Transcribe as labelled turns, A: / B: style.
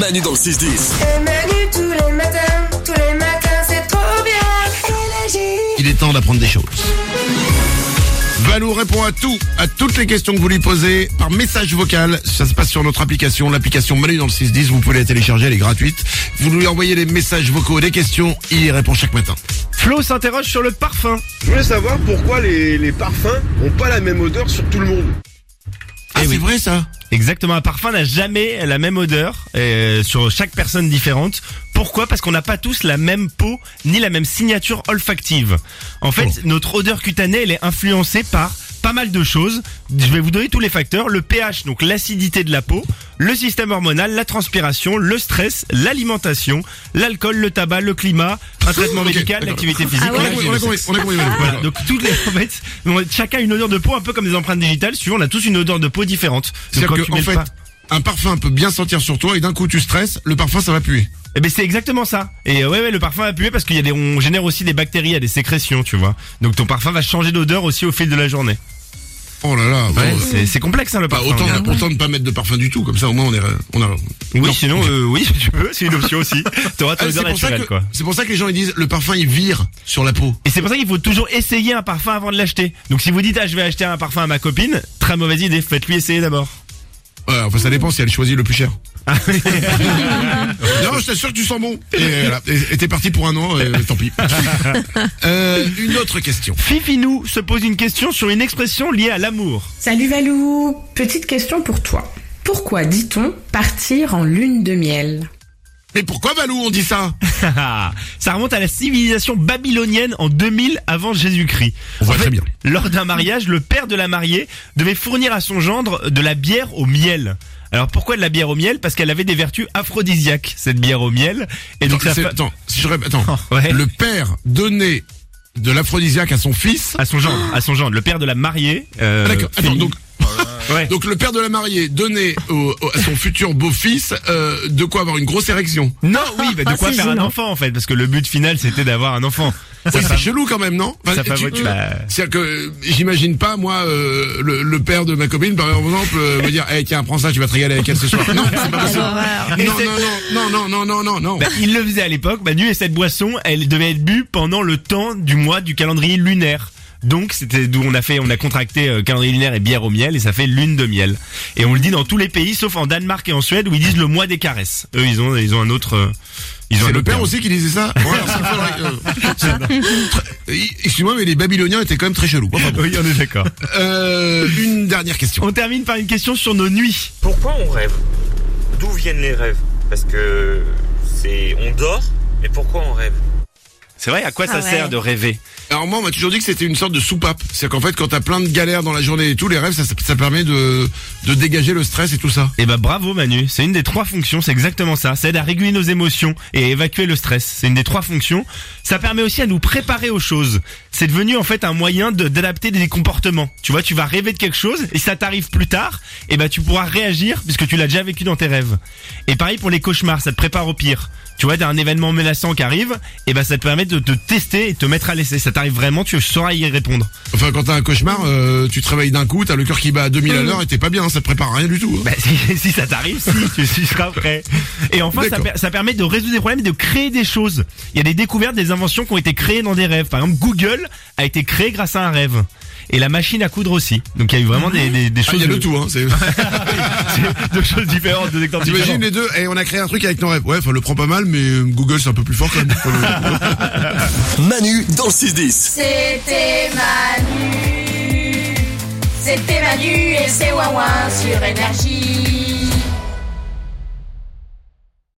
A: Manu dans le 6-10.
B: Et Manu tous les matins, tous les matins, c'est trop bien. Énergie.
C: Il est temps d'apprendre des choses. Valou répond à tout, à toutes les questions que vous lui posez par message vocal. Ça se passe sur notre application, l'application Manu dans le 610. Vous pouvez la télécharger, elle est gratuite. Vous lui envoyez des messages vocaux, des questions, il y répond chaque matin.
D: Flo s'interroge sur le parfum.
E: Je voulais savoir pourquoi les, les parfums n'ont pas la même odeur sur tout le monde.
C: Ah,
D: Eh
C: c'est
D: oui.
C: vrai ça
D: Exactement, un parfum n'a jamais la même odeur euh, sur chaque personne différente. Pourquoi Parce qu'on n'a pas tous la même peau ni la même signature olfactive. En fait, notre odeur cutanée, elle est influencée par pas mal de choses. Je vais vous donner tous les facteurs. Le pH, donc l'acidité de la peau, le système hormonal, la transpiration, le stress, l'alimentation, l'alcool, le tabac, le climat, un traitement
C: Ok,
D: médical,
C: d'accord.
D: l'activité physique.
C: On a compris, Ah on a compris, on a compris, Valou.
D: Voilà, donc toutes les en fait, on- chacun a une odeur de peau un peu comme des empreintes digitales. Suivant, on a tous une odeur de peau différente. Donc
C: C'est-à-dire
D: quand
C: que,
D: tu
C: en
D: mets le
C: fait,
D: pas-
C: un parfum peut bien sentir sur toi et d'un coup tu stresses, le parfum ça va puer.
D: Eh ben c'est exactement ça. Et euh, ouais, ouais, le parfum a puer parce qu'il y a des, on génère aussi des bactéries, il y a des sécrétions, tu vois. Donc ton parfum va changer d'odeur aussi au fil de la journée.
C: Oh là là,
D: Ouais,
C: bon,
D: c'est, c'est complexe hein, le
C: bah,
D: parfum.
C: autant,
D: regarde.
C: autant ne pas mettre de parfum du tout, comme ça au moins on est. On a,
D: oui,
C: Non.
D: sinon, euh, oui, si tu peux, c'est une option aussi. T'auras
C: Ah,
D: ton
C: c'est pour, ça
D: odeur naturelle,
C: que,
D: quoi.
C: c'est pour ça que les gens ils disent le parfum il vire sur la peau.
D: Et c'est pour ça qu'il faut toujours essayer un parfum avant de l'acheter. Donc si vous dites ah je vais acheter un parfum à ma copine, très mauvaise idée, faites-lui essayer d'abord.
C: Ouais, enfin ça dépend si elle choisit le plus cher.
D: Ah
C: non, je t'assure que tu sens bon. Et euh, voilà. Et- et t'es parti pour un an, euh, tant pis. Euh, une autre question.
D: Fifinou se pose une question sur une expression liée à l'amour.
F: Salut Valou Petite question pour toi. Pourquoi dit-on partir en lune de miel
C: Mais pourquoi Valou on dit ça
D: ça remonte à la civilisation babylonienne en 2000 avant Jésus-Christ.
C: On voit très bien.
D: Lors d'un mariage, le père de la mariée devait fournir à son gendre de la bière au miel. Alors pourquoi de la bière au miel Parce qu'elle avait des vertus aphrodisiaques, cette bière au miel. Et donc
C: Attends,
D: ça
C: c'est-
D: fait...
C: attends, si je rép- attends.
D: Oh, ouais.
C: Le père donnait de l'aphrodisiaque à son fils.
D: à son gendre, à son gendre, le père de la mariée. euh,
C: Ah, D'accord. Attends,
D: Philippe.
C: donc,
D: Ouais.
C: donc le père de la mariée donnait au- au- à son futur beau-fils euh, de quoi avoir une grosse érection.
D: non, oui, bah, de
G: Ah,
D: quoi
G: c'est
D: faire un
G: gênant.
D: enfant en fait, parce que le but final c'était d'avoir un enfant.
C: Oui,
D: Ça
C: c'est
D: fait-
C: chelou quand même, non Enfin,
D: ça
C: tu-
D: favorise-
C: tu-
D: bah.
C: C'est-à-dire que j'imagine pas, moi, euh, le, le père de ma copine, par exemple, euh, me dire Eh tiens, prends ça, tu vas te régaler avec elle ce soir. Non, c'est pas possible. Non, non, non, non, non, non, non, non.
D: Bah, il le faisait à l'époque, Manu, et cette boisson, elle devait être bue pendant le temps du mois du calendrier lunaire. Donc c'était d'où on a fait, on a contracté euh, calendrier lunaire et bière au miel et ça fait lune de miel. Et on le dit dans tous les pays sauf en Danemark et en Suède où ils disent le mois des caresses. Eux ils ont ils ont un autre euh, ils ont
C: c'est
D: un
C: le
D: autre
C: père
D: terme.
C: aussi qui disait ça Ouais, alors ça faudrait, euh, très- euh, Excuse-moi, mais les Babyloniens étaient quand même très chelous. Enfin, bon.
D: Oui, on est d'accord.
C: Euh, une dernière question.
D: on termine par une question sur nos nuits.
H: Pourquoi on rêve D'où viennent les rêves Parce que c'est on dort, mais pourquoi on rêve
D: C'est vrai, à quoi ça
G: Ah ouais.
D: sert de rêver
C: Alors moi, on m'a toujours dit que c'était une sorte de soupape. C'est-à-dire qu'en fait, quand t'as plein de galères dans la journée et tout, les rêves, ça, ça, ça permet de, de dégager le stress et tout ça.
D: Eh ben bravo Manu, c'est une des trois fonctions, c'est exactement ça. Ça aide à réguler nos émotions et à évacuer le stress. C'est une des trois fonctions. Ça permet aussi à nous préparer aux choses. C'est devenu en fait un moyen de- d'adapter des comportements. Tu vois, tu vas rêver de quelque chose et ça t'arrive plus tard, et ben tu pourras réagir puisque tu l'as déjà vécu dans tes rêves. Et pareil pour les cauchemars, ça te prépare au pire. Tu vois, t'as un événement menaçant qui arrive, et ben ça te permet de te tester et de te mettre à l'essai. Ça t'arrive vraiment, tu sauras y répondre.
C: Enfin, quand t'as un cauchemar, euh, tu te réveilles d'un coup, t'as le cœur qui bat à 2000 à l'heure et t'es pas bien, ça te prépare à rien du tout. hein.
D: Bah, si, si ça t'arrive, si, tu, tu seras prêt. Et enfin, ça,
C: D'accord.
D: per- ça permet de résoudre des problèmes et de créer des choses. Il y a des découvertes, des inventions qui ont été créées dans des rêves. Par exemple, Google a été créé grâce à un rêve. Et la machine à coudre aussi. Donc il y a eu vraiment des, des, des
C: Ah,
D: choses.
C: il y a le
D: de-
C: tout, hein. c'est-
D: Deux choses différentes, deux exemples
C: T'imagines
D: différents.
C: les deux Et on a créé un truc avec nos rêves. Ouais, enfin, le prend pas mal, mais euh, Google, c'est un peu plus fort quand même. Faut le-
A: Manu dans le 6-10.
B: C'était Manu. C'était Manu et c'est Wawa sur Énergie.